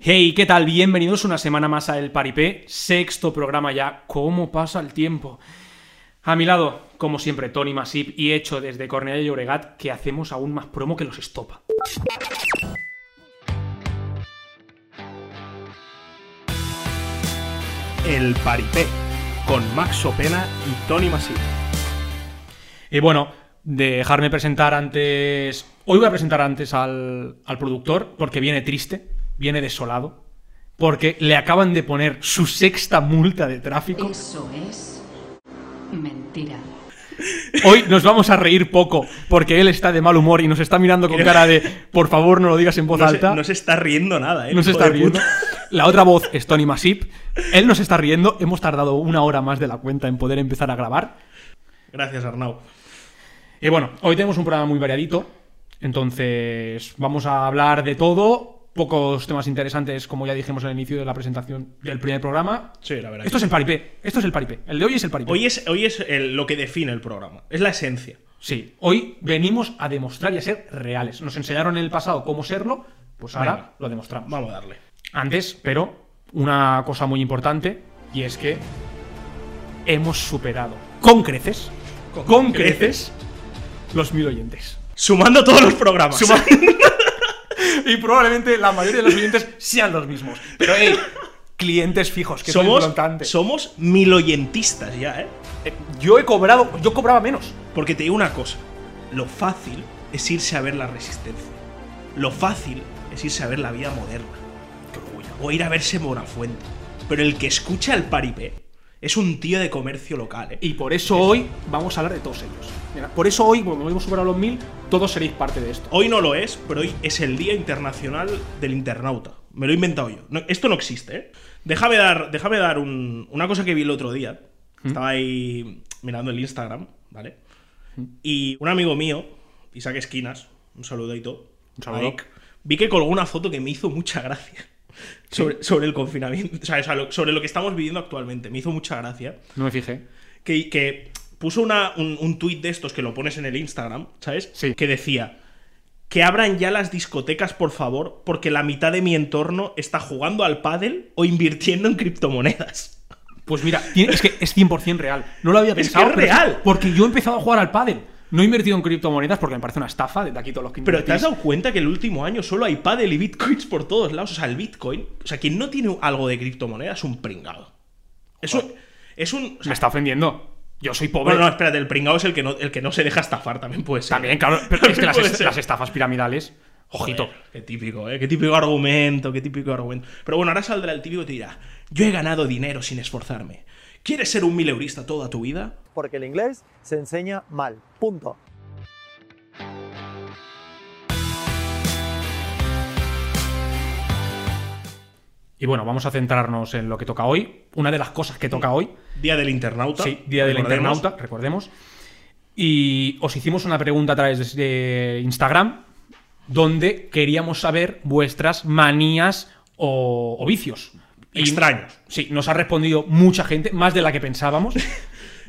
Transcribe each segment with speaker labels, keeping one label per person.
Speaker 1: Hey, ¿qué tal? Bienvenidos una semana más a El Paripé, sexto programa ya. ¿Cómo pasa el tiempo? A mi lado, como siempre, Tony Masip y hecho desde Cornell y Oregat, que hacemos aún más promo que los estopa.
Speaker 2: El Paripé, con Max Opena y Tony Masí.
Speaker 1: Y bueno, dejarme presentar antes. Hoy voy a presentar antes al, al productor, porque viene triste, viene desolado, porque le acaban de poner su sexta multa de tráfico.
Speaker 3: Eso es mentira.
Speaker 1: Hoy nos vamos a reír poco, porque él está de mal humor y nos está mirando con cara de por favor no lo digas en voz
Speaker 2: No se,
Speaker 1: alta.
Speaker 2: no se está riendo nada, ¿eh?
Speaker 1: No se
Speaker 2: hijo
Speaker 1: está
Speaker 2: de
Speaker 1: riendo.
Speaker 2: puta.
Speaker 1: La otra voz es Tony Masip. Él nos está riendo. Hemos tardado una hora más de la cuenta en poder empezar a grabar.
Speaker 2: Gracias, Arnau.
Speaker 1: Y bueno, hoy tenemos un programa muy variadito. Entonces, vamos a hablar de todo. Pocos temas interesantes, como ya dijimos al inicio de la presentación del primer programa.
Speaker 2: Sí, la verdad.
Speaker 1: Esto es el paripé. Esto es el paripé. El de hoy es el paripé.
Speaker 2: Hoy es, hoy es el- lo que define el programa. Es la esencia.
Speaker 1: Sí, hoy venimos a demostrar y a ser reales. Nos enseñaron en el pasado cómo serlo, pues ahora
Speaker 2: Venga.
Speaker 1: lo demostramos.
Speaker 2: Vamos a darle.
Speaker 1: Antes, pero, una cosa muy importante, y es que hemos superado con creces, con,
Speaker 2: Con
Speaker 1: creces, los mil oyentes.
Speaker 2: Sumando todos los programas.
Speaker 1: Suma- y probablemente la mayoría de los oyentes sean los mismos. Pero, hey, clientes fijos, que es lo
Speaker 2: somos,
Speaker 1: importante.
Speaker 2: somos mil oyentistas ya, ¿eh?
Speaker 1: Eh, Yo he cobrado, yo cobraba menos.
Speaker 2: Porque te digo una cosa. Lo fácil es irse a ver la resistencia. Lo fácil es irse a ver la vida moderna. O ir a verse Morafuente. Pero el que escucha el paripé es un tío de comercio local, ¿eh?
Speaker 1: Y por eso hoy vamos a hablar de todos ellos. Mira, por eso hoy, como hemos superado los mil, todos seréis parte de esto.
Speaker 2: Hoy no lo es, pero hoy es el Día Internacional del Internauta. Me lo he inventado yo. No- esto no existe, ¿eh? Déjame dar, déjame dar un- una cosa que vi el otro día.
Speaker 1: ¿Mm?
Speaker 2: Estaba ahí mirando el Instagram, ¿vale?
Speaker 1: ¿Mm?
Speaker 2: Y un amigo mío, Isaac Esquinas, un saludo y todo.
Speaker 1: Un saludo.
Speaker 2: Ike, vi que colgó una foto que me hizo mucha gracia. Sobre, sobre el confinamiento, o sea, o sea, lo- sobre lo que estamos viviendo actualmente. Me hizo mucha gracia
Speaker 1: No me fijé.
Speaker 2: que, que puso una- un, un tuit de estos que lo pones en el Instagram, ¿sabes?
Speaker 1: Sí.
Speaker 2: Que decía, que abran ya las discotecas, por favor, porque la mitad de mi entorno está jugando al pádel o invirtiendo en criptomonedas.
Speaker 1: Pues mira, tiene- es que es 100% real. No lo había
Speaker 2: Es que
Speaker 1: pensado.
Speaker 2: es
Speaker 1: pero
Speaker 2: real.
Speaker 1: Porque yo he empezado a jugar al pádel. No he invertido en criptomonedas porque me parece una estafa desde aquí todos los que
Speaker 2: Pero ¿te has
Speaker 1: invertís.
Speaker 2: dado cuenta que el último año solo hay pádel y bitcoins por todos lados? O sea, el bitcoin, o sea, quien no tiene algo de criptomonedas es un pringado. Es un... Es un o sea,
Speaker 1: Me está ofendiendo. Yo soy pobre.
Speaker 2: bueno, no, espérate, el pringado es el que no, el que no se deja estafar, también puede ser.
Speaker 1: También, claro. Pero es que las,
Speaker 2: Puede
Speaker 1: est-
Speaker 2: ser.
Speaker 1: las estafas piramidales. Ojito.
Speaker 2: Joder, Qué típico, ¿eh? Qué típico argumento, qué típico argumento. Pero bueno, ahora saldrá el típico y te dirá, yo he ganado dinero sin esforzarme. ¿Quieres ser un mileurista toda tu vida?
Speaker 4: porque el inglés se enseña mal. Punto.
Speaker 1: Y bueno, vamos a centrarnos en lo que toca hoy. Una de las cosas que toca hoy.
Speaker 2: Día del internauta.
Speaker 1: Sí, Día del
Speaker 2: recordemos.
Speaker 1: Internauta, recordemos. Y os hicimos una pregunta a través de de Instagram donde queríamos saber vuestras manías o, o vicios. Y-
Speaker 2: Extraños.
Speaker 1: Sí, nos ha respondido mucha gente, más de la que pensábamos.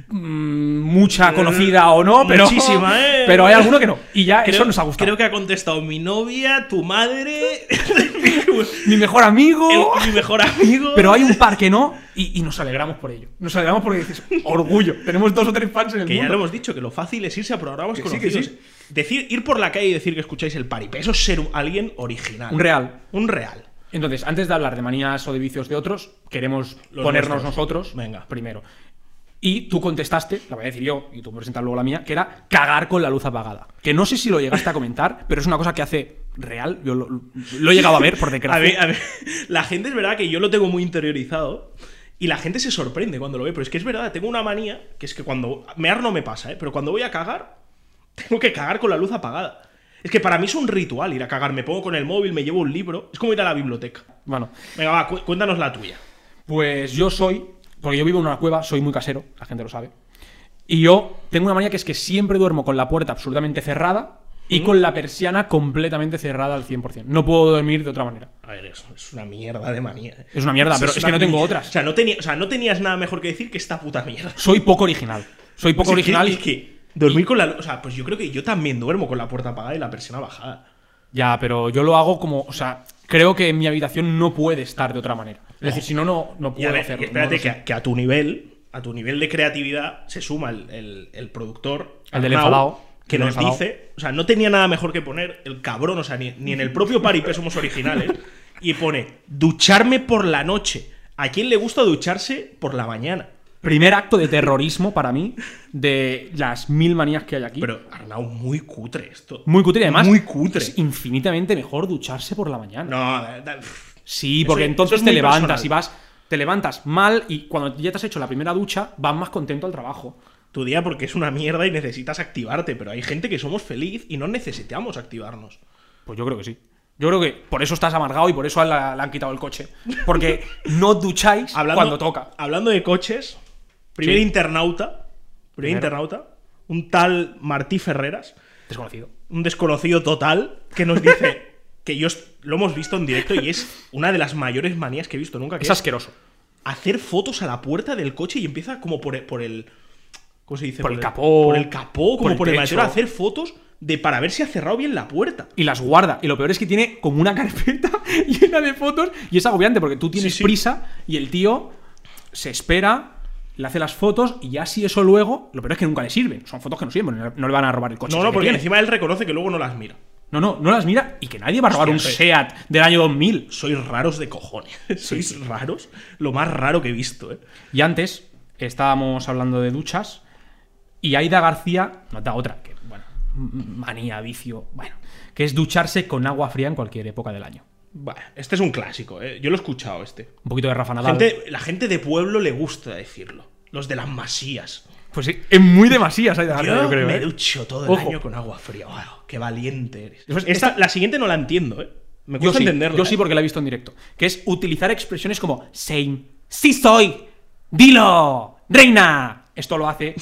Speaker 1: Mm, mucha conocida o no, pero.
Speaker 2: Muchísima, ¿eh?
Speaker 1: Pero hay alguno que no. Y ya
Speaker 2: Ah, Creo-
Speaker 1: eso nos ha gustado.
Speaker 2: Creo que ha contestado mi novia, tu madre,
Speaker 1: Mi mejor amigo.
Speaker 2: el- mi mejor amigo.
Speaker 1: Pero hay un par que no y, y nos alegramos por ello. Nos alegramos porque dices, orgullo. Tenemos dos o tres fans en el
Speaker 2: Que ya
Speaker 1: mundo.
Speaker 2: lo hemos dicho, que lo fácil es irse a programas
Speaker 1: Que sí, que
Speaker 2: conocidos. Decir, ir por la calle y decir que escucháis el paripé. Eso es ser un- alguien original.
Speaker 1: Un real.
Speaker 2: Un real.
Speaker 1: Entonces, antes de hablar de manías o de vicios de otros, queremos
Speaker 2: Los
Speaker 1: ponernos
Speaker 2: nuestros.
Speaker 1: nosotros
Speaker 2: Venga.
Speaker 1: primero. Y tú contestaste, la voy a decir yo, y tú presentas luego la mía, que era cagar con la luz apagada. Que no sé si lo llegaste a comentar, pero es una cosa que hace real. Yo lo, lo he llegado a ver, por
Speaker 2: A
Speaker 1: desgracia.
Speaker 2: ver, a ver, la gente es verdad que yo lo tengo muy interiorizado y la gente se sorprende cuando lo ve, pero es que es verdad, tengo una manía que es que cuando mear no me pasa, ¿eh? pero cuando voy a cagar tengo que cagar con la luz apagada. Es que para mí es un ritual ir a cagar, me pongo con el móvil, me llevo un libro, es como ir a la biblioteca.
Speaker 1: Bueno,
Speaker 2: Venga, va, cu- cuéntanos la tuya.
Speaker 1: Pues yo soy, porque yo vivo en una cueva, soy muy casero, la gente lo sabe. Y yo tengo una manía que es que siempre duermo con la puerta absolutamente cerrada y con la persiana completamente cerrada al 100%. No puedo dormir de otra manera.
Speaker 2: A ver, es, es una mierda de manía. ¿eh?
Speaker 1: Es una mierda, pero es
Speaker 2: una
Speaker 1: que no tengo
Speaker 2: mierda.
Speaker 1: otras.
Speaker 2: O sea, no, tenía, o sea, no tenías nada mejor que decir que esta puta mierda.
Speaker 1: Soy poco original. Soy poco
Speaker 2: Sí,
Speaker 1: original
Speaker 2: que-
Speaker 1: y
Speaker 2: Es que dormir con la luz. O sea, pues yo creo que yo también duermo con la puerta apagada y la persiana bajada.
Speaker 1: Ya, pero yo lo hago como, o sea, creo que en mi habitación no puede estar de otra manera. Es decir, si no, no, no
Speaker 2: Y a
Speaker 1: puedo
Speaker 2: ver,
Speaker 1: hacerlo.
Speaker 2: y espérate
Speaker 1: no lo sé.
Speaker 2: que, que a tu nivel, a tu nivel de creatividad, se suma el, el- el productor.
Speaker 1: El del
Speaker 2: Arnau,
Speaker 1: enfadado.
Speaker 2: Que
Speaker 1: El del
Speaker 2: nos
Speaker 1: enfadado.
Speaker 2: dice. O sea, no tenía nada mejor que poner el cabrón. O sea, ni, ni en el propio paripé somos originales. y pone, ducharme por la noche. ¿A quién le gusta ducharse por la mañana?
Speaker 1: Primer acto de terrorismo para mí, de las mil manías que hay aquí.
Speaker 2: Pero Arnau, muy cutre esto.
Speaker 1: muy cutre, y además.
Speaker 2: Muy cutre.
Speaker 1: Es infinitamente mejor ducharse por la mañana.
Speaker 2: No, da- da- pff.
Speaker 1: Sí,
Speaker 2: Eso-
Speaker 1: porque
Speaker 2: eso
Speaker 1: entonces
Speaker 2: es
Speaker 1: te
Speaker 2: muy
Speaker 1: levantas
Speaker 2: personal.
Speaker 1: y vas. Te levantas mal y cuando ya te has hecho la primera ducha, vas más contento al trabajo.
Speaker 2: tu día porque es una mierda y necesitas activarte, pero hay gente que somos feliz y no necesitamos activarnos.
Speaker 1: Pues yo creo que sí. Yo creo que por eso estás amargado y por eso la- le han quitado el coche. Porque no ducháis cuando toca.
Speaker 2: Hablando de coches, primer
Speaker 1: Sí.
Speaker 2: internauta, primer
Speaker 1: Primero.
Speaker 2: internauta, un tal Martí Ferreras,
Speaker 1: Desconocido.
Speaker 2: un desconocido total, que nos dice que yo est- lo hemos visto en directo y es una de las mayores manías que he visto nunca, que
Speaker 1: Es
Speaker 2: es,
Speaker 1: asqueroso.
Speaker 2: hacer fotos a la puerta del coche y empieza como por, por el... ¿Cómo se dice?
Speaker 1: Por el capó,
Speaker 2: Por el capó, como
Speaker 1: por
Speaker 2: por
Speaker 1: el
Speaker 2: el, maletero,
Speaker 1: techo.
Speaker 2: hacer fotos de para ver si ha cerrado bien la puerta.
Speaker 1: Y las guarda. Y lo peor es que tiene como una carpeta llena de fotos. Y es agobiante porque tú tienes
Speaker 2: Sí, sí.
Speaker 1: prisa y el tío se espera, le hace las fotos y ya si eso luego. Lo peor es que nunca le sirven. Son fotos que no sirven. No no le van a robar el coche.
Speaker 2: No,
Speaker 1: ese
Speaker 2: no,
Speaker 1: que
Speaker 2: porque
Speaker 1: tiene.
Speaker 2: encima él reconoce que luego no las mira.
Speaker 1: No, no, no las mira y que nadie va a robar
Speaker 2: Hostia,
Speaker 1: un
Speaker 2: sí.
Speaker 1: SEAT del año 2000.
Speaker 2: Sois raros de cojones. Sois raros. Lo más raro que he visto, ¿eh?
Speaker 1: Y antes estábamos hablando de duchas y Aida García nota otra, que bueno, m- manía, vicio, bueno, que es ducharse con agua fría en cualquier época del año.
Speaker 2: Bueno, este es un clásico, ¿eh? Yo lo he escuchado este.
Speaker 1: Un poquito de Rafa Nadal.
Speaker 2: Gente- la gente de pueblo le gusta decirlo. Los de las masías.
Speaker 1: Pues sí, es muy de masías Aida García,
Speaker 2: Yo,
Speaker 1: yo, creo.
Speaker 2: me
Speaker 1: ¿eh?
Speaker 2: ducho todo el
Speaker 1: Ojo.
Speaker 2: año con agua fría. Wow, ¡Qué valiente eres!
Speaker 1: Pues
Speaker 2: esta, la siguiente no la entiendo, ¿eh?
Speaker 1: Yo
Speaker 2: Me cuesta
Speaker 1: sí,
Speaker 2: entenderla.
Speaker 1: yo sí
Speaker 2: ¿eh?
Speaker 1: porque la he visto en directo. Que es utilizar expresiones como same, sí soy, dilo, reina. Esto lo hace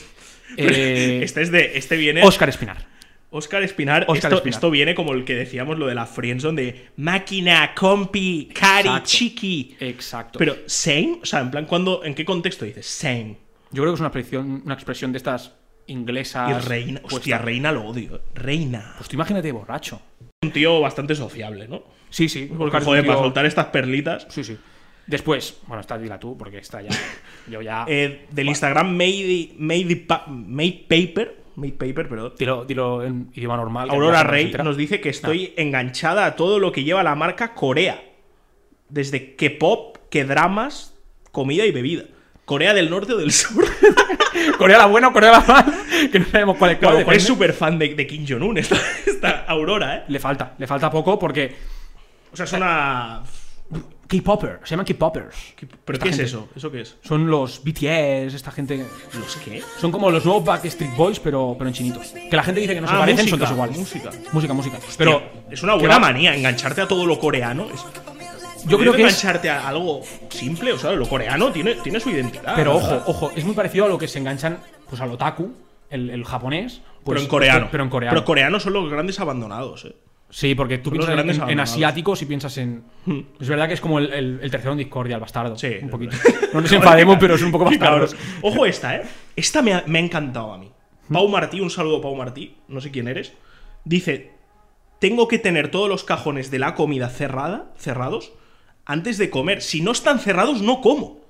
Speaker 1: eh,
Speaker 2: Este, es de, este viene.
Speaker 1: Óscar Espinar.
Speaker 2: Oscar Espinar,
Speaker 1: Óscar
Speaker 2: esto,
Speaker 1: Espinar.
Speaker 2: esto viene como el que decíamos lo de la friendzone de máquina, compi, cari,
Speaker 1: Exacto.
Speaker 2: chiqui.
Speaker 1: Exacto.
Speaker 2: Pero same, o sea, en plan, cuando, ¿en qué contexto dices same?
Speaker 1: Yo creo que es una expresión, una expresión de estas inglesas.
Speaker 2: Y reina,
Speaker 1: puestas.
Speaker 2: hostia, reina lo odio. eh. Reina.
Speaker 1: Pues tú imagínate borracho.
Speaker 2: Un tío bastante sociable, ¿no?
Speaker 1: Sí, sí.
Speaker 2: Porque,
Speaker 1: Oscar es un
Speaker 2: joder,
Speaker 1: tío-
Speaker 2: para soltar estas perlitas.
Speaker 1: Sí, sí. Después, bueno, esta dila tú, porque esta ya. Yo ya.
Speaker 2: Eh, del Instagram made, made, Pa- Made Paper, Made Paper, perdón.
Speaker 1: dilo, dilo en idioma normal. que
Speaker 2: Aurora
Speaker 1: no se
Speaker 2: Rey
Speaker 1: entera.
Speaker 2: nos dice que estoy enganchada a todo lo que lleva la marca Corea. Desde que pop, que dramas, comida y bebida. Corea del Norte o del Sur.
Speaker 1: Corea la buena o Corea la mala. Que no sabemos cuál es cuál.
Speaker 2: Claro, es
Speaker 1: depende.
Speaker 2: súper fan de, de Kim Jong-un esta, esta Aurora, ¿eh?
Speaker 1: Le falta, le falta poco porque.
Speaker 2: O sea, es una...
Speaker 1: K-Popper, se llaman K-Poppers.
Speaker 2: ¿Pero
Speaker 1: Esta
Speaker 2: qué es
Speaker 1: gente.
Speaker 2: eso? ¿Eso qué es?
Speaker 1: Son los BTS, esta gente.
Speaker 2: ¿Los qué?
Speaker 1: Son como los nuevos Backstreet Boys, pero, pero en chinitos. Que la gente dice que no se
Speaker 2: Ah,
Speaker 1: parecen, son
Speaker 2: música,
Speaker 1: todos iguales.
Speaker 2: música.
Speaker 1: música. música. Pero
Speaker 2: Tío, es una
Speaker 1: que
Speaker 2: buena
Speaker 1: va-
Speaker 2: manía engancharte a todo lo coreano. Es-
Speaker 1: Yo creo que es-
Speaker 2: engancharte a algo simple, o sea, lo coreano tiene, tiene su identidad.
Speaker 1: Pero
Speaker 2: Ah, ¿no?
Speaker 1: ojo, ojo, es muy parecido a lo que se enganchan pues al otaku, el, el japonés. pues,
Speaker 2: pero en coreano.
Speaker 1: Pero en coreano.
Speaker 2: Pero coreanos son los grandes abandonados, ¿eh?
Speaker 1: sí, porque tú
Speaker 2: son los
Speaker 1: piensas en,
Speaker 2: grandes
Speaker 1: en- en
Speaker 2: abandonados.
Speaker 1: asiáticos y piensas en. Es verdad que es como el, el, el tercero en discordia, el bastardo.
Speaker 2: Sí.
Speaker 1: Un poquito. No nos enfademos, pero es un poco
Speaker 2: Qué
Speaker 1: bastardo.
Speaker 2: cabros. Ojo esta, ¿eh? Esta me ha, me ha encantado a mí.
Speaker 1: ¿Mm?
Speaker 2: Pau Martí, un saludo Pau Martí, no sé quién eres. Dice, tengo que tener todos los cajones de la comida cerrada, cerrados antes de comer. Si no están cerrados, no como.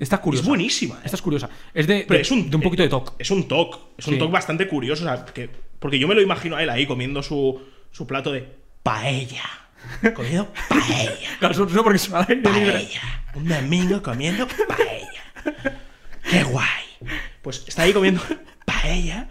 Speaker 1: Esta es curiosa.
Speaker 2: Es buenísima. ¿eh?
Speaker 1: Esta es curiosa. Es de,
Speaker 2: Pero
Speaker 1: de-
Speaker 2: es un, eh,
Speaker 1: de un poquito de toque.
Speaker 2: Es un toque. Es un
Speaker 1: Sí.
Speaker 2: toque bastante curioso. o sea, que- porque yo me lo imagino a él ahí comiendo su, su plato de paella. Comiendo paella.
Speaker 1: Claro, eso- eso porque son al aire libre.
Speaker 2: Paella. Un domingo comiendo paella. ¡Qué guay! Pues está ahí comiendo paella.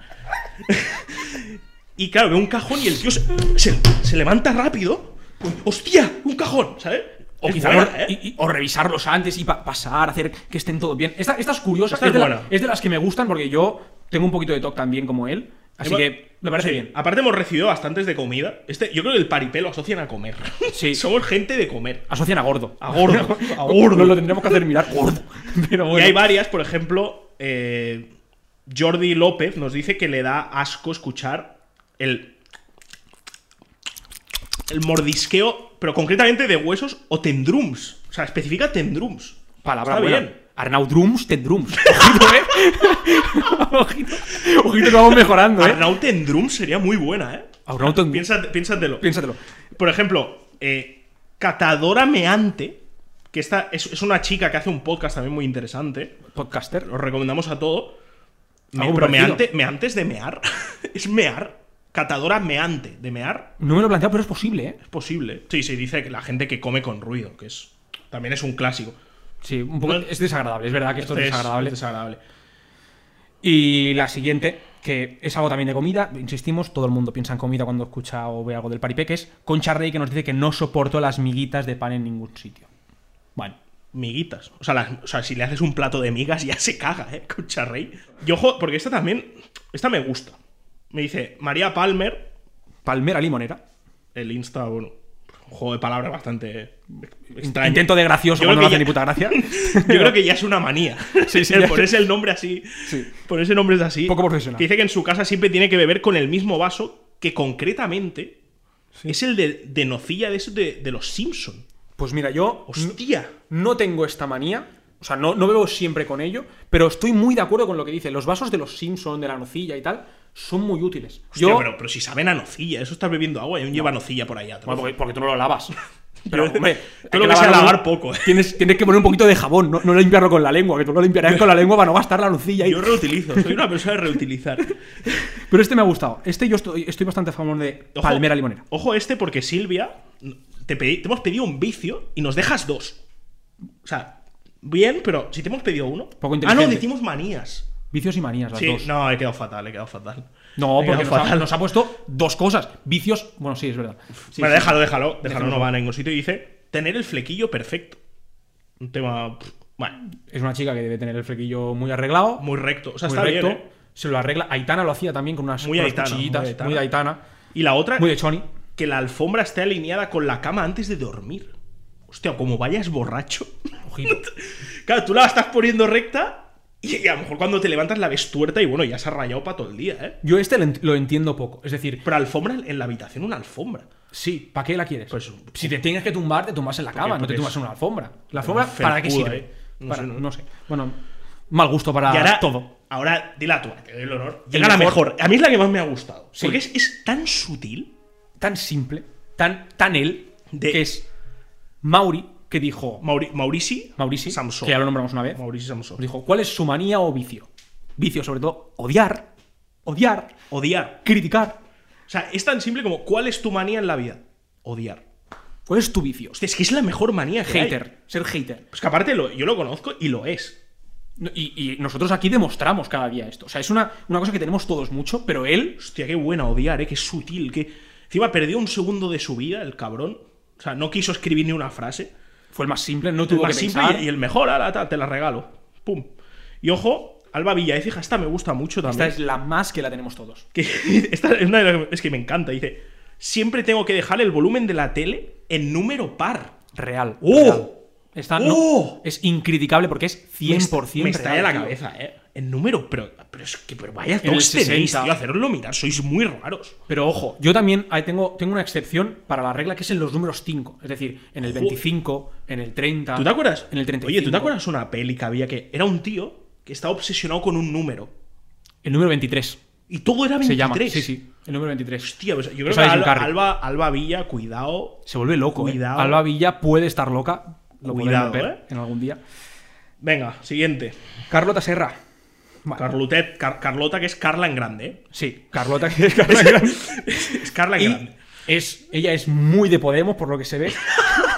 Speaker 2: Y claro, ve un cajón y el tío se, se- se levanta rápido. ¡Hostia! ¡Un cajón! ¿Sabes?
Speaker 1: O
Speaker 2: Es
Speaker 1: quizá
Speaker 2: buena,
Speaker 1: lo-
Speaker 2: ¿eh?
Speaker 1: y- y- o revisarlos antes y pa- pasar, hacer que estén todo bien. Esta, esta es curiosa.
Speaker 2: Esta
Speaker 1: es,
Speaker 2: es
Speaker 1: de la-
Speaker 2: buena.
Speaker 1: es de las que me gustan porque yo tengo un poquito de toque también como él. Así
Speaker 2: Hemos-
Speaker 1: que me parece
Speaker 2: Sí,
Speaker 1: bien.
Speaker 2: Aparte hemos recibido bastantes de comida. Este, yo creo que el paripé lo asocian a comer.
Speaker 1: Sí.
Speaker 2: Somos gente de comer.
Speaker 1: Asocian a gordo.
Speaker 2: A gordo, a gordo.
Speaker 1: Nos lo tendremos que hacer mirar gordo. Pero bueno.
Speaker 2: Y hay varias, por ejemplo, eh, Jordi López nos dice que le da asco escuchar el el mordisqueo, pero concretamente de huesos o tendrums. O sea, especifica tendrums.
Speaker 1: Palabra
Speaker 2: Está
Speaker 1: buena.
Speaker 2: bien.
Speaker 1: Arnau Drums, Tendrums. Ojito, ¿eh? ojito, ojito que vamos mejorando, ¿eh?
Speaker 2: Arnau tendrums sería muy buena, ¿eh?
Speaker 1: Arnau Tendrums.
Speaker 2: Piensa- piénsatelo.
Speaker 1: Piénsatelo.
Speaker 2: Por ejemplo, eh, Catadora Meante, que esta es, es una chica que hace un podcast también muy interesante.
Speaker 1: Podcaster.
Speaker 2: Os recomendamos a todo. Me,
Speaker 1: Algo
Speaker 2: pero
Speaker 1: parecido.
Speaker 2: meante, meante es de mear. es mear. Catadora meante. De mear
Speaker 1: No me lo he planteado, pero es posible, ¿eh?
Speaker 2: es posible. Sí, sí, dice que la gente que come con ruido, que es. También es un clásico.
Speaker 1: Sí, un poco.
Speaker 2: No-
Speaker 1: Es desagradable, es verdad que esto
Speaker 2: Este
Speaker 1: es desagradable.
Speaker 2: desagradable.
Speaker 1: Y la siguiente, que es algo también de comida, insistimos, todo el mundo piensa en comida cuando escucha o ve algo del paripé, que es Concha Rey que nos dice que no soporto las miguitas de pan en ningún sitio. Bueno,
Speaker 2: Miguitas. O sea, las- o sea, si le haces un plato de migas ya se caga, ¿eh? Concha rey. Yo, jo- porque esta también. Esta me gusta. Me dice María Palmer,
Speaker 1: palmera limonera.
Speaker 2: el Insta, bueno, un juego de palabras bastante extraño.
Speaker 1: Intento de gracioso
Speaker 2: Yo
Speaker 1: cuando no
Speaker 2: creo
Speaker 1: hace ni
Speaker 2: que
Speaker 1: puta
Speaker 2: ya-
Speaker 1: gracia.
Speaker 2: Yo creo que ya es una manía.
Speaker 1: Sí, sí,
Speaker 2: El
Speaker 1: ya-
Speaker 2: ponerse el nombre así. Ponerse nombres así.
Speaker 1: Poco profesional.
Speaker 2: Que dice que en su casa siempre tiene que beber con el mismo vaso que concretamente es el de, de nocilla de, esos de, de los Simpson.
Speaker 1: Pues mira, yo
Speaker 2: Hostia.
Speaker 1: no tengo esta manía. O sea, no, no bebo siempre con ello, pero estoy muy de acuerdo con lo que dice. Los vasos de los Simpson, de la nocilla y tal, son muy útiles.
Speaker 2: Hostia,
Speaker 1: yo,
Speaker 2: pero, pero si saben a nocilla, eso estás bebiendo agua y aún lleva nocilla por allá. te lo
Speaker 1: Bueno, pues, porque,
Speaker 2: juro.
Speaker 1: porque tú no lo lavas. Pero,
Speaker 2: Yo-
Speaker 1: hombre,
Speaker 2: yo lo que sé
Speaker 1: lavarlo con-
Speaker 2: lavar poco, eh.
Speaker 1: Tienes, tienes que poner un poquito de jabón, no, no limpiarlo con la lengua, que tú lo limpiarás con la lengua para no gastar la lucilla. ahí.
Speaker 2: Yo reutilizo, soy una persona de reutilizar.
Speaker 1: Pero este me ha gustado. Este yo estoy, estoy bastante a favor de
Speaker 2: Ojo-
Speaker 1: palmera limonera.
Speaker 2: Ojo este porque Silvia, te, pedí- te hemos pedido un vicio y nos dejas dos. O sea, bien, pero si te hemos pedido uno.
Speaker 1: Poco
Speaker 2: ah, no,
Speaker 1: inteligente.
Speaker 2: decimos manías.
Speaker 1: Vicios y manías, las
Speaker 2: Sí,
Speaker 1: dos.
Speaker 2: no, he quedado fatal, he quedado fatal.
Speaker 1: No,
Speaker 2: He
Speaker 1: porque
Speaker 2: quedado
Speaker 1: nos ha,
Speaker 2: fatal.
Speaker 1: nos ha puesto dos cosas. Vicios, bueno, sí, es verdad. Sí,
Speaker 2: bueno,
Speaker 1: sí.
Speaker 2: déjalo, déjalo, déjalo,
Speaker 1: Déjalo.
Speaker 2: no va a ningún sitio. Y dice, tener el flequillo perfecto. Un tema, pff, bueno,
Speaker 1: Es una chica que debe tener el flequillo muy arreglado.
Speaker 2: muy recto. O sea,
Speaker 1: muy
Speaker 2: está
Speaker 1: recto.
Speaker 2: bien, ¿eh?
Speaker 1: Se lo arregla. Aitana lo hacía también con unas,
Speaker 2: Muy
Speaker 1: con unas
Speaker 2: Aitana, muy
Speaker 1: cuchillitas.
Speaker 2: Aitana.
Speaker 1: Muy de Aitana.
Speaker 2: Y la otra,
Speaker 1: Muy de Choni.
Speaker 2: que la alfombra esté alineada con la cama antes de dormir. Hostia, como vayas borracho.
Speaker 1: Ojito.
Speaker 2: Claro, tú la estás poniendo recta y, y a lo mejor cuando te levantas la ves tuerta y bueno, ya se ha rayado para todo el día, ¿eh?
Speaker 1: Yo este lo ent- lo entiendo poco. Es decir,
Speaker 2: Pero alfombra en la habitación, una alfombra.
Speaker 1: Sí, ¿para qué la quieres?
Speaker 2: Pues-
Speaker 1: si te tienes que tumbar, te tumbas en la cama, no te
Speaker 2: porque pues
Speaker 1: tumbas
Speaker 2: es-
Speaker 1: en una alfombra. ¿La alfombra
Speaker 2: felpuda,
Speaker 1: para qué sirve?
Speaker 2: eh. No
Speaker 1: Para-
Speaker 2: sé,
Speaker 1: no,
Speaker 2: no.
Speaker 1: sé. Bueno, mal gusto para
Speaker 2: y ahora
Speaker 1: Ah, todo.
Speaker 2: Ahora, dila tú, te doy el honor.
Speaker 1: El
Speaker 2: Llega la
Speaker 1: mejor.
Speaker 2: mejor. A mí es la que más me ha gustado.
Speaker 1: Sí.
Speaker 2: Porque es, es tan sutil.
Speaker 1: Tan simple, tan, tan él,
Speaker 2: De-
Speaker 1: que es Mauri, que dijo,
Speaker 2: Mauri- Maurici.
Speaker 1: Maurici,
Speaker 2: Samson.
Speaker 1: que ya lo nombramos una vez,
Speaker 2: Maurici Samson.
Speaker 1: dijo, ¿cuál es su manía o vicio? Vicio, sobre todo, odiar, odiar,
Speaker 2: Odiar.
Speaker 1: criticar.
Speaker 2: O sea, es tan simple como, ¿cuál es tu manía en la vida? Odiar.
Speaker 1: ¿Cuál es tu vicio?
Speaker 2: Hostia, es que es la mejor manía que hay.
Speaker 1: Hater, ser hater.
Speaker 2: Pues que aparte lo- yo lo conozco y lo es.
Speaker 1: No, Y, y nosotros aquí demostramos cada día esto. O sea, es una, una cosa que tenemos todos mucho, pero él
Speaker 2: Hostia, qué buena odiar, ¿eh? Qué sutil, que... Encima perdió un segundo de su vida, el cabrón. O sea, no quiso escribir ni una frase.
Speaker 1: fue el más simple, no tuvo
Speaker 2: el más
Speaker 1: que
Speaker 2: simple
Speaker 1: pensar.
Speaker 2: y, y el mejor, ahora ta, te la regalo. Pum. Y ojo, Alba Villa, hija, esta me gusta mucho
Speaker 1: Esta
Speaker 2: también.
Speaker 1: es la más que la tenemos todos.
Speaker 2: Que- esta es una de las que- es que me encanta, dice... Siempre tengo que dejar el volumen de la tele en número par.
Speaker 1: Real.
Speaker 2: ¡Oh!
Speaker 1: real. Esta no-
Speaker 2: ¡Oh!
Speaker 1: es incriticable porque es 100%
Speaker 2: Me estalla
Speaker 1: real,
Speaker 2: la
Speaker 1: tío.
Speaker 2: cabeza, ¿eh? El número, pero, pero es que, pero vaya,
Speaker 1: En el
Speaker 2: dos tenéis,
Speaker 1: 60.
Speaker 2: tío, haceroslo mirar, sois muy raros.
Speaker 1: Pero ojo, yo también ahí tengo, tengo una excepción para la regla que es en los números 5. Es decir, en el
Speaker 2: Joder.
Speaker 1: 25, en el 30.
Speaker 2: ¿Tú te acuerdas?
Speaker 1: En el 35.
Speaker 2: Oye, ¿tú te acuerdas una peli que había que era un tío que estaba obsesionado con un número?
Speaker 1: El número 23.
Speaker 2: Y todo era 23.
Speaker 1: Se llama. Sí, sí. El número 23.
Speaker 2: Hostia, pues, yo creo
Speaker 1: Esa
Speaker 2: que
Speaker 1: de Jim
Speaker 2: Alba,
Speaker 1: Carrey.
Speaker 2: Alba, Alba Villa, cuidado.
Speaker 1: Se vuelve loco. eh.
Speaker 2: Cuidado.
Speaker 1: Alba Villa puede estar loca. Lo
Speaker 2: Cuidado,
Speaker 1: podemos ver
Speaker 2: eh.
Speaker 1: en algún día.
Speaker 2: Venga, siguiente.
Speaker 1: Carlota Serra. Vale.
Speaker 2: Carlutet, Car- Carlota, que es Carla en grande. ¿eh?
Speaker 1: Sí, Carlota, que es Carla Grande.
Speaker 2: Es Carla en
Speaker 1: Y
Speaker 2: grande.
Speaker 1: es, ella es muy de Podemos, por lo que se ve.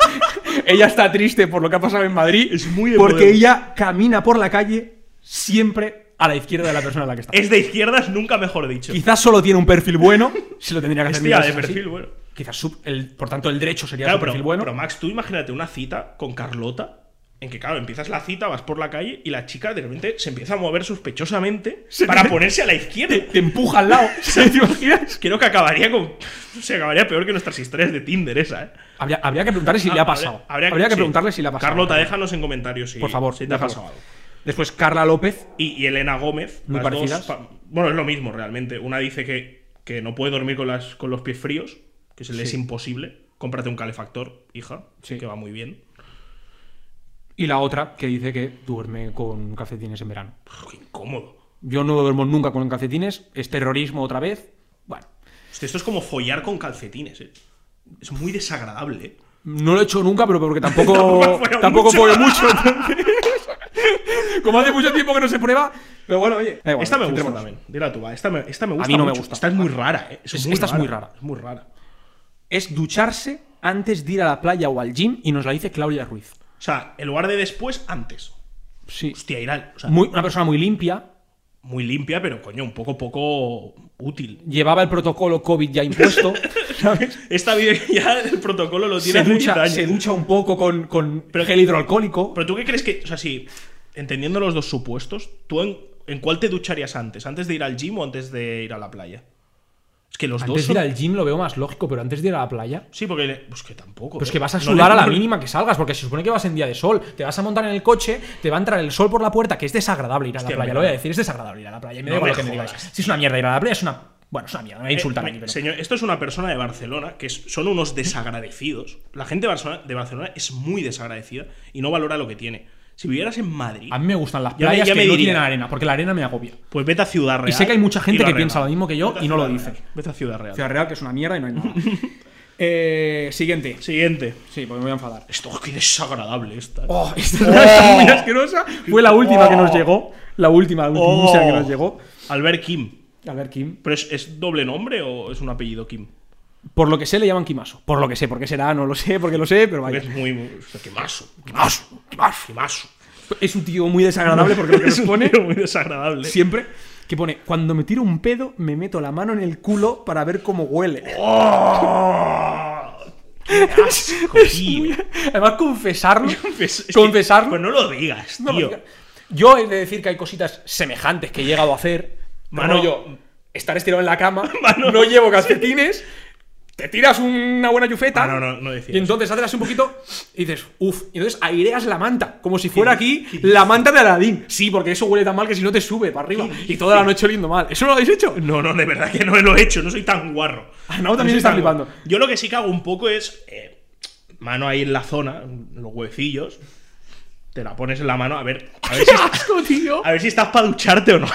Speaker 1: ella está triste por lo que ha pasado en Madrid.
Speaker 2: Es muy de
Speaker 1: Porque
Speaker 2: Podemos.
Speaker 1: ella camina por la calle siempre a la izquierda de la persona a la que está.
Speaker 2: Es de izquierdas, nunca mejor dicho.
Speaker 1: Quizás solo tiene un perfil bueno, si lo tendría que hacer
Speaker 2: Hostia,
Speaker 1: mil
Speaker 2: Este de
Speaker 1: veces así.
Speaker 2: perfil, bueno.
Speaker 1: Quizás, su- el, por tanto, el derecho sería
Speaker 2: Claro,
Speaker 1: su
Speaker 2: pero,
Speaker 1: perfil bueno.
Speaker 2: pero Max, tú imagínate una cita con Carlota, en que, claro, empiezas la cita, vas por la calle y la chica de repente se empieza a mover sospechosamente
Speaker 1: Se-
Speaker 2: para ponerse a la izquierda.
Speaker 1: te, te empuja al lado, ¿sí? ¿te imaginas?
Speaker 2: Creo que acabaría con. Se acabaría peor que nuestras historias de Tinder, esa, ¿eh?
Speaker 1: Habría, habría que preguntarle
Speaker 2: Ah,
Speaker 1: si le ha pasado. Habría, que
Speaker 2: sí.
Speaker 1: preguntarle si le ha pasado.
Speaker 2: Carlota, déjanos en comentarios si,
Speaker 1: Por favor,
Speaker 2: si te
Speaker 1: por
Speaker 2: ha
Speaker 1: favor.
Speaker 2: pasado algo.
Speaker 1: Después, Carla López.
Speaker 2: Y, y Elena Gómez.
Speaker 1: Muy
Speaker 2: las dos,
Speaker 1: parecidas.
Speaker 2: pa- bueno, es lo mismo realmente. Una dice que, que no puede dormir con, las, con los pies fríos, que se le es
Speaker 1: Sí.
Speaker 2: imposible. Cómprate un calefactor, hija,
Speaker 1: Sí.
Speaker 2: que va muy bien.
Speaker 1: Y la otra que dice que duerme con calcetines en verano.
Speaker 2: Uf, qué incómodo.
Speaker 1: Yo no duermo nunca con calcetines. Es terrorismo otra vez. Bueno,
Speaker 2: Hostia, esto es como follar con calcetines, ¿eh? Es muy desagradable. ¿eh?
Speaker 1: No lo he hecho nunca, pero porque tampoco,
Speaker 2: Tampoco follo
Speaker 1: tampoco
Speaker 2: mucho.
Speaker 1: follo mucho. entonces. Como hace mucho tiempo que no se prueba, pero bueno, oye. da igual,
Speaker 2: esta me gusta
Speaker 1: centrémonos.
Speaker 2: también. Dila tú, va. Esta me, esta me gusta.
Speaker 1: mí no me
Speaker 2: mucho.
Speaker 1: gusta.
Speaker 2: Esta es muy rara, ¿eh?
Speaker 1: Es- esta es muy rara.
Speaker 2: Es muy rara.
Speaker 1: Es ducharse antes de ir a la playa o al gym y nos la dice Claudia Ruiz.
Speaker 2: O sea, en lugar de después, antes.
Speaker 1: Sí.
Speaker 2: Hostia, irá. O sea, muy,
Speaker 1: Muy, una persona muy limpia.
Speaker 2: limpia, pero coño, un poco poco útil.
Speaker 1: Llevaba el protocolo COVID ya impuesto. ¿sabes?
Speaker 2: Esta vida ya el protocolo lo tiene
Speaker 1: Se
Speaker 2: hace 10
Speaker 1: ducha,
Speaker 2: años.
Speaker 1: se ducha un poco con, con gel hidroalcohólico.
Speaker 2: Pero tú qué crees que. O sea, si. Entendiendo los dos supuestos, ¿tú en, en cuál te ducharías antes? ¿Antes de ir al gym o antes de ir a la playa? Es que los dos.
Speaker 1: Antes de
Speaker 2: son-
Speaker 1: ir al gym lo veo más lógico, pero antes de ir a la playa.
Speaker 2: Sí, porque. le- Pues que tampoco.
Speaker 1: Pues
Speaker 2: ¿eh?
Speaker 1: que vas a
Speaker 2: No
Speaker 1: sudar
Speaker 2: le-
Speaker 1: a la
Speaker 2: no-
Speaker 1: mínima que salgas, porque se supone que vas en día de sol. Te vas a montar en el coche, te va a entrar el sol por la puerta, que es desagradable ir a la
Speaker 2: Hostia,
Speaker 1: playa.
Speaker 2: mira.
Speaker 1: Lo voy a decir, es desagradable ir a la playa. y Me da
Speaker 2: No
Speaker 1: igual
Speaker 2: me
Speaker 1: lo que me
Speaker 2: jodas,
Speaker 1: digáis. Si es una mierda ir a la playa, es una. Bueno, es una mierda, me voy a insultar
Speaker 2: Eh,
Speaker 1: aquí, pero.
Speaker 2: Señor, esto es una persona de Barcelona que es- son unos desagradecidos. La gente de Barcelona, de Barcelona es muy desagradecida y no valora lo que tiene. Si vivieras en Madrid,
Speaker 1: A mí me gustan las
Speaker 2: Ya me-
Speaker 1: playas
Speaker 2: ya
Speaker 1: que
Speaker 2: me
Speaker 1: no
Speaker 2: diría.
Speaker 1: tienen arena, porque la arena me agobia.
Speaker 2: pues vete a Ciudad Real.
Speaker 1: Y sé que hay mucha gente
Speaker 2: lo
Speaker 1: que piensa
Speaker 2: arreglas.
Speaker 1: lo mismo que yo
Speaker 2: Vete a
Speaker 1: y no lo
Speaker 2: Ciudad
Speaker 1: dice.
Speaker 2: Real. Vete a Ciudad Real.
Speaker 1: Ciudad Real, que es una mierda y no hay nada. Eh, siguiente.
Speaker 2: Siguiente.
Speaker 1: Sí, porque me voy a enfadar.
Speaker 2: Esto, qué desagradable esta. eh.
Speaker 1: Oh, esta es muy asquerosa. Fue la última que nos llegó. La última, la última
Speaker 2: Oh.
Speaker 1: que nos llegó.
Speaker 2: Albert Kim.
Speaker 1: A ver, Kim.
Speaker 2: ¿Pero es, es doble nombre o es un apellido Kim?
Speaker 1: Por lo que sé, le llaman Kimaso. Por lo que sé, porque será, no lo sé, porque lo sé, pero
Speaker 2: Porque
Speaker 1: vaya.
Speaker 2: es muy. muy- o sea, qué maso. Qué
Speaker 1: Kimaso, Kimaso.
Speaker 2: maso.
Speaker 1: Es un tío muy desagradable porque lo que
Speaker 2: Es
Speaker 1: nos
Speaker 2: un
Speaker 1: pone
Speaker 2: tío muy desagradable.
Speaker 1: siempre. Que pone, cuando me tiro un pedo, me meto la mano en el culo para ver cómo huele.
Speaker 2: ¡Oh! ¡Qué asco, tío!
Speaker 1: Además, confesarlo.
Speaker 2: Confes- es que-
Speaker 1: confesarlo.
Speaker 2: Pues no lo digas,
Speaker 1: No,
Speaker 2: tío.
Speaker 1: porque- Yo he de decir que hay cositas semejantes que he llegado a hacer.
Speaker 2: Mano-
Speaker 1: Mano, yo estar estirado en la cama,
Speaker 2: Mano-
Speaker 1: no llevo calcetines, te tiras una buena llufeta.
Speaker 2: Ah, no, no, no decía
Speaker 1: Y
Speaker 2: eso.
Speaker 1: entonces haces así un poquito y dices, uff. Y entonces aireas la manta, como si fuera aquí la manta de Aladín. Sí, porque eso huele tan mal que si no te sube para arriba. Y toda la noche oliendo mal. ¿Eso no lo habéis hecho?
Speaker 2: No, no, de verdad que no lo he hecho, no soy tan guarro.
Speaker 1: Ah, no, también
Speaker 2: soy
Speaker 1: está
Speaker 2: tan
Speaker 1: flipando.
Speaker 2: guarro. Yo lo que sí que hago un poco es eh, mano ahí en la zona, en los huecillos, te la pones en la mano a ver, a ver, si,
Speaker 1: asco, tío!
Speaker 2: a ver si estás para ducharte o no.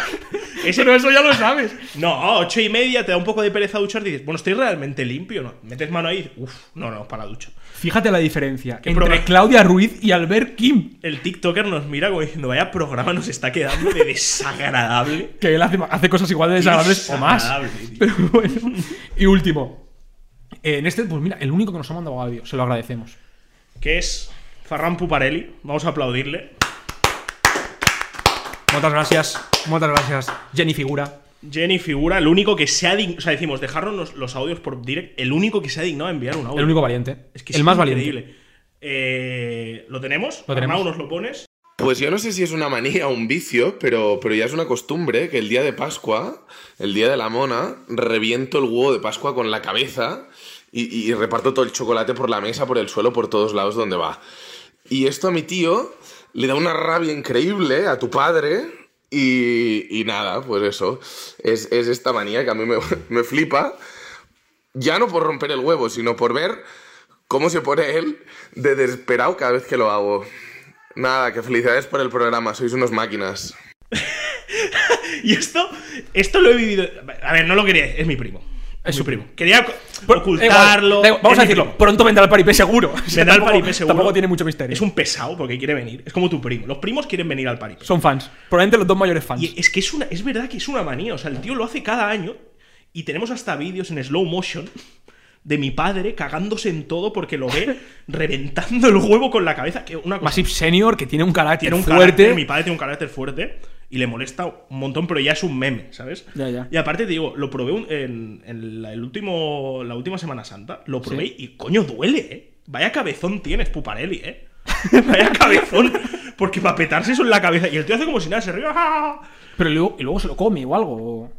Speaker 2: Ese
Speaker 1: Pero eso ya lo sabes.
Speaker 2: No, ocho y media te da un poco de pereza ducharte y dices, bueno, estoy realmente limpio, ¿no? Metes mano ahí y dices, uff, no, no, para la ducha.
Speaker 1: Fíjate la diferencia entre
Speaker 2: proba-
Speaker 1: Claudia Ruiz y Albert Kim.
Speaker 2: El TikToker nos mira como diciendo, vaya programa nos está quedando de desagradable.
Speaker 1: que él hace, hace cosas igual de desagradables o más.
Speaker 2: Desagradable, tío.
Speaker 1: Pero bueno. Y último. En este, pues mira, el único que nos ha mandado audio, se lo agradecemos.
Speaker 2: Que es Farran Puparelli, vamos a aplaudirle.
Speaker 1: Muchas gracias, muchas gracias, Jenny Figura.
Speaker 2: Jenny Figura, el único que se ha dignado. O sea, decimos, dejarnos los, los audios por direct. El único que se ha dignado a enviar un audio.
Speaker 1: El único valiente.
Speaker 2: Es que
Speaker 1: el más valiente.
Speaker 2: increíble. Eh, ¿Lo tenemos?
Speaker 1: Lo tenemos.
Speaker 2: Arnau, nos lo pones.
Speaker 5: Pues yo no sé si es una manía o un vicio, pero, pero ya es una costumbre que el día de Pascua, el día de la mona, reviento el huevo de Pascua con la cabeza y, y reparto todo el chocolate por la mesa, por el suelo, por todos lados donde va. Y esto a mi tío le da una rabia increíble a tu padre. Y, y nada, pues eso. Es, es esta manía que a mí me, me flipa. Ya no por romper el huevo, sino por ver cómo se pone él de desesperado cada vez que lo hago. Nada, que felicidades por el programa, sois unos máquinas.
Speaker 2: Y esto, esto lo he vivido. A ver, no lo quería. Es mi primo.
Speaker 1: Es
Speaker 2: mi
Speaker 1: su
Speaker 2: primo. Quería co-
Speaker 1: Pero-
Speaker 2: ocultarlo.
Speaker 1: da igual, da igual, vamos
Speaker 2: Es
Speaker 1: a
Speaker 2: mi
Speaker 1: decirlo,
Speaker 2: primo.
Speaker 1: pronto vendrá el paripé seguro. O sea,
Speaker 2: Vendrá al
Speaker 1: tampoco-
Speaker 2: paripé seguro.
Speaker 1: Tampoco tiene mucho misterio.
Speaker 2: Es un pesado porque quiere venir. Es como tu primo. Los primos quieren venir al paripé.
Speaker 1: Son fans. Probablemente los dos mayores fans.
Speaker 2: Y es que es una. Es verdad que es una manía. O sea, el tío lo hace cada año. Y tenemos hasta vídeos en slow motion de mi padre cagándose en todo porque lo ve reventando el huevo con la cabeza. Que una cosa,
Speaker 1: Masip Senior, que tiene un carácter
Speaker 2: tiene un
Speaker 1: fuerte.
Speaker 2: carácter. Mi padre tiene un carácter fuerte. Y le molesta un montón, pero ya es un meme, ¿sabes?
Speaker 1: Ya, ya.
Speaker 2: Y aparte te digo, lo probé un- en, en la, el último, la última Semana Santa. Lo probé y coño, duele, ¿eh? Vaya cabezón tienes, Puparelli, ¿eh? Vaya cabezón. Porque para petarse eso en la cabeza. Y el tío hace como si nada, se ríe. ¡ah, ah, ah!
Speaker 1: Pero luego, y luego se lo come o algo. o-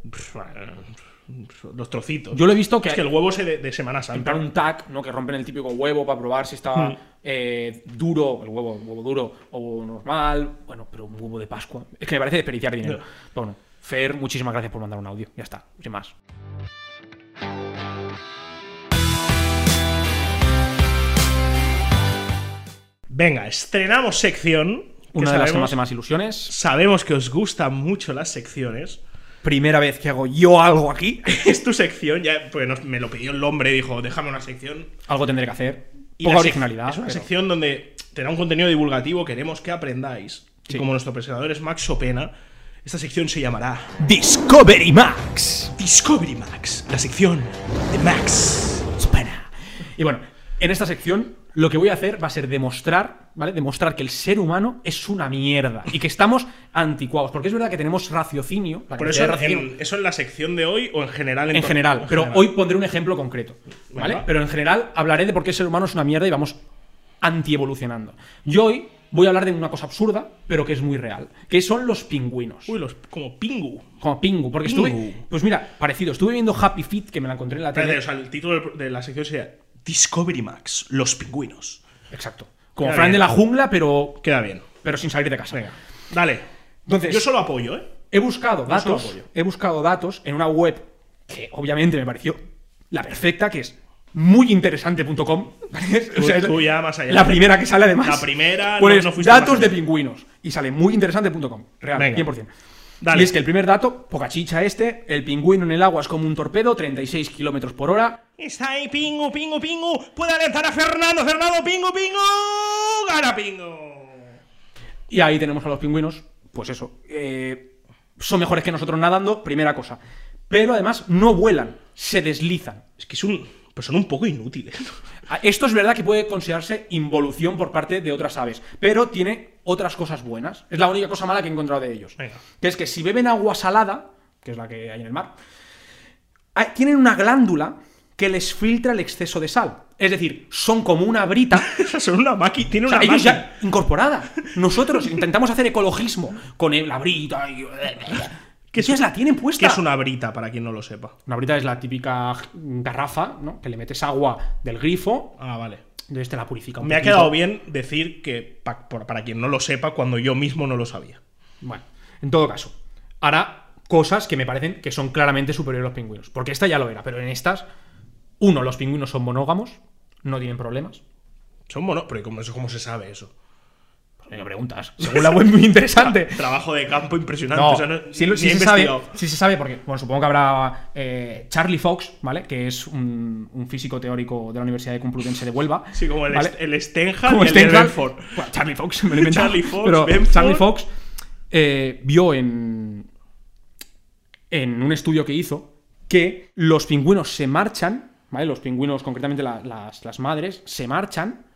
Speaker 2: Los trocitos.
Speaker 1: Yo lo he visto que-
Speaker 2: Es que el huevo se de, de Semana
Speaker 1: En
Speaker 2: Santa.
Speaker 1: plan un tac, ¿no? Que rompen el típico huevo para probar si está
Speaker 2: Hmm.
Speaker 1: eh, duro, el huevo, huevo duro o normal. Bueno, pero un huevo de Pascua. Es que me parece desperdiciar dinero.
Speaker 2: No.
Speaker 1: Pero bueno, Fer, muchísimas gracias por mandar un audio. Ya está, sin más.
Speaker 2: Venga, estrenamos sección. que
Speaker 1: Una de las que me
Speaker 2: sabemos,
Speaker 1: hace más ilusiones.
Speaker 2: sabemos que os gustan mucho las secciones.
Speaker 1: Primera vez que hago yo algo aquí.
Speaker 2: Es tu sección, ya, pues nos- me lo pidió el hombre, dijo, déjame una sección.
Speaker 1: Algo tendré que hacer.
Speaker 2: Y
Speaker 1: Poca
Speaker 2: la sec-
Speaker 1: originalidad,
Speaker 2: Es una
Speaker 1: pero-
Speaker 2: sección donde te da un contenido divulgativo, queremos que aprendáis.
Speaker 1: Sí.
Speaker 2: Y como nuestro presentador es Max Sopena, esta sección se llamará
Speaker 1: Discovery Max.
Speaker 2: Discovery Max, la sección de Max.
Speaker 1: Espera. Y bueno, en esta sección lo que voy a hacer va a ser demostrar, ¿vale? Demostrar que el ser humano es una mierda y que estamos anticuados. Porque es verdad que tenemos raciocinio. la
Speaker 2: Por
Speaker 1: capacidad de
Speaker 2: eso,
Speaker 1: raciocinio.
Speaker 2: en, eso en la sección de hoy o en general.
Speaker 1: en
Speaker 2: to-
Speaker 1: general,
Speaker 2: en
Speaker 1: pero
Speaker 2: general.
Speaker 1: hoy pondré un ejemplo concreto, ¿vale?
Speaker 2: Venga.
Speaker 1: Pero en general hablaré de por qué el ser humano es una mierda y vamos antievolucionando. Yo hoy voy a hablar de una cosa absurda, pero que es muy real, que son los pingüinos.
Speaker 2: Uy, los, como Pingu.
Speaker 1: Como pingu, porque
Speaker 2: Pingu.
Speaker 1: estuve... Pues mira, parecido, estuve viendo Happy Feet, que me la encontré en la
Speaker 2: Espérate,
Speaker 1: tele.
Speaker 2: o sea, el título del- de la sección sería Discovery Max, los pingüinos.
Speaker 1: Exacto. Como
Speaker 2: Queda
Speaker 1: Fran
Speaker 2: bien.
Speaker 1: de la jungla, pero,
Speaker 2: Queda bien.
Speaker 1: pero sin salir de casa.
Speaker 2: Venga, dale.
Speaker 1: Entonces-
Speaker 2: Yo solo apoyo, ¿eh?
Speaker 1: He buscado
Speaker 2: solo
Speaker 1: datos,
Speaker 2: apoyo.
Speaker 1: he buscado datos en una web que obviamente me pareció la perfecta, que es muyinteresante.com. ¿vale?
Speaker 2: Tú-
Speaker 1: es
Speaker 2: tú ya más allá.
Speaker 1: La primera que sale además.
Speaker 2: La primera, no-
Speaker 1: Pones
Speaker 2: no fuiste
Speaker 1: datos
Speaker 2: más
Speaker 1: de
Speaker 2: allá.
Speaker 1: pingüinos y sale muyinteresante.com. Real,
Speaker 2: Venga.
Speaker 1: 100%.
Speaker 2: Dale.
Speaker 1: Y es que el primer dato, poca chicha este, el pingüino en el agua es como un torpedo, 36 kilómetros por hora.
Speaker 2: Está ahí Pingu, Pingu, Pingu. Puede alentar a Fernando, Fernando, Pingu, Pingu. Gana Pingu.
Speaker 1: Y ahí tenemos a los pingüinos, pues eso, eh, son mejores que nosotros nadando, primera cosa. Pero además no vuelan, se deslizan.
Speaker 2: Es que es un... Pues son un poco inútiles.
Speaker 1: Ah, Esto es verdad que puede considerarse involución por parte de otras aves, pero tiene otras cosas buenas. Es la única cosa mala que he encontrado de ellos.
Speaker 2: Venga.
Speaker 1: Que es que si beben agua salada, que es la que hay en el mar, ah, tienen una glándula que les filtra el exceso de sal. Es decir, son como una brita.
Speaker 2: O sea, son una máquina. Tiene
Speaker 1: O
Speaker 2: una
Speaker 1: sea, ellos
Speaker 2: máquina.
Speaker 1: ya incorporada. Nosotros intentamos hacer ecologismo con el- la brita y...
Speaker 2: ¿Qué es-
Speaker 1: Ellas eh. la tienen puesta.
Speaker 2: Que es una brita, para quien no lo sepa.
Speaker 1: Una brita es la típica garrafa, ¿no? Que le metes agua del grifo,
Speaker 2: Ah, vale.
Speaker 1: entonces te la purifica un
Speaker 2: Me ha
Speaker 1: poquito.
Speaker 2: quedado bien decir que, pa- por- para quien no lo sepa, cuando yo mismo no lo sabía.
Speaker 1: Bueno, en todo caso, hará cosas que me parecen que son claramente superiores a los pingüinos. Porque esta ya lo era, pero en estas, uno, los pingüinos son monógamos, no tienen problemas.
Speaker 2: Son monos, pero ¿cómo, eso, ¿cómo se sabe eso?
Speaker 1: Pues me lo preguntas. Según la web, muy interesante.
Speaker 2: Trabajo de campo impresionante.
Speaker 1: No,
Speaker 2: o sea, no-
Speaker 1: sí,
Speaker 2: ni
Speaker 1: lo-
Speaker 2: he
Speaker 1: sí se sabe,
Speaker 2: investigado.
Speaker 1: sí se sabe porque, bueno, supongo que habrá eh, Charlie Fox, ¿vale? Que es un, un físico teórico de la Universidad de Complutense de Huelva.
Speaker 2: Sí, como el,
Speaker 1: ¿vale?
Speaker 2: est- el Stenham
Speaker 1: como
Speaker 2: y el
Speaker 1: Stendhal.
Speaker 2: Benford.
Speaker 1: Bueno, Charlie Fox, me lo he inventado.
Speaker 2: Charlie Fox,
Speaker 1: pero
Speaker 2: Benford.
Speaker 1: Charlie Fox eh, vio en, en un estudio que hizo que los pingüinos se marchan, ¿vale? Los pingüinos, concretamente la- las, las madres, se marchan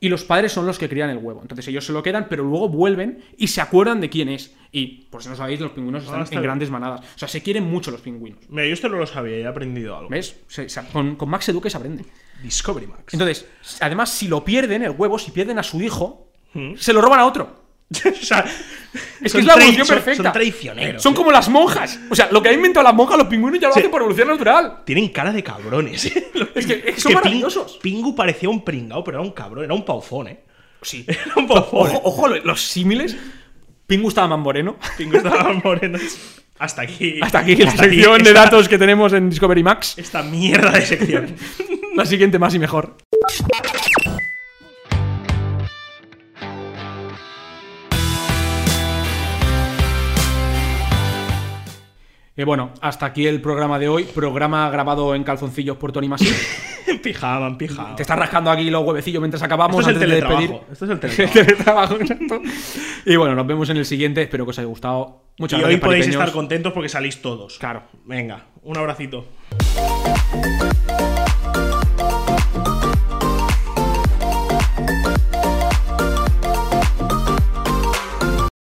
Speaker 1: y los padres son los que crían el huevo. Entonces ellos se lo quedan, pero luego vuelven y se acuerdan de quién es. Y, por si no sabéis, los pingüinos están
Speaker 2: Ah, está
Speaker 1: en
Speaker 2: bien.
Speaker 1: grandes manadas. O sea, se quieren mucho los pingüinos.
Speaker 2: Mira, yo esto no lo sabía, he aprendido algo.
Speaker 1: ¿Ves? Se- se- con, con Max Eduque se aprende.
Speaker 2: Discovery Max.
Speaker 1: Entonces, además, si lo pierden, el huevo, si pierden a su hijo,
Speaker 2: ¿Mm?
Speaker 1: se lo roban a otro.
Speaker 2: o sea,
Speaker 1: Es que
Speaker 2: son
Speaker 1: es la
Speaker 2: trai-
Speaker 1: evolución
Speaker 2: son-
Speaker 1: perfecta.
Speaker 2: Son traicioneros.
Speaker 1: Son
Speaker 2: eh.
Speaker 1: como las monjas. O sea, lo que ha inventado las monjas, los pingüinos ya lo
Speaker 2: Sí.
Speaker 1: hacen por evolución natural.
Speaker 2: Tienen cara de cabrones. eh. Los-
Speaker 1: Es que- es que son
Speaker 2: Ping-
Speaker 1: maravillosos.
Speaker 2: Pingu parecía un pringao, pero era un cabrón, era un paufón, ¿eh?
Speaker 1: Sí.
Speaker 2: Era un paufón.
Speaker 1: Ojo, ojo, lo- los símiles. Pingu estaba más moreno.
Speaker 2: Pingu estaba moreno. Hasta aquí.
Speaker 1: Hasta aquí la
Speaker 2: hasta aquí
Speaker 1: sección de
Speaker 2: esta-
Speaker 1: datos que tenemos en Discovery Max.
Speaker 2: Esta mierda de sección.
Speaker 1: La siguiente más y mejor. Eh, bueno, hasta aquí el programa de hoy. Programa grabado en calzoncillos por Tony Masí.
Speaker 2: en pijama, en pijama.
Speaker 1: Te estás rascando aquí los huevecillos mientras acabamos.
Speaker 2: Esto es el
Speaker 1: antes de
Speaker 2: teletrabajo,
Speaker 1: despedir.
Speaker 2: esto es el teletrabajo.
Speaker 1: El teletrabajo, exacto. Y bueno, nos vemos en el siguiente. Espero que os haya gustado.
Speaker 2: Y
Speaker 1: Muchas
Speaker 2: hoy
Speaker 1: gracias.
Speaker 2: podéis
Speaker 1: paripeños.
Speaker 2: estar contentos porque salís todos.
Speaker 1: Claro.
Speaker 2: Venga, un abracito.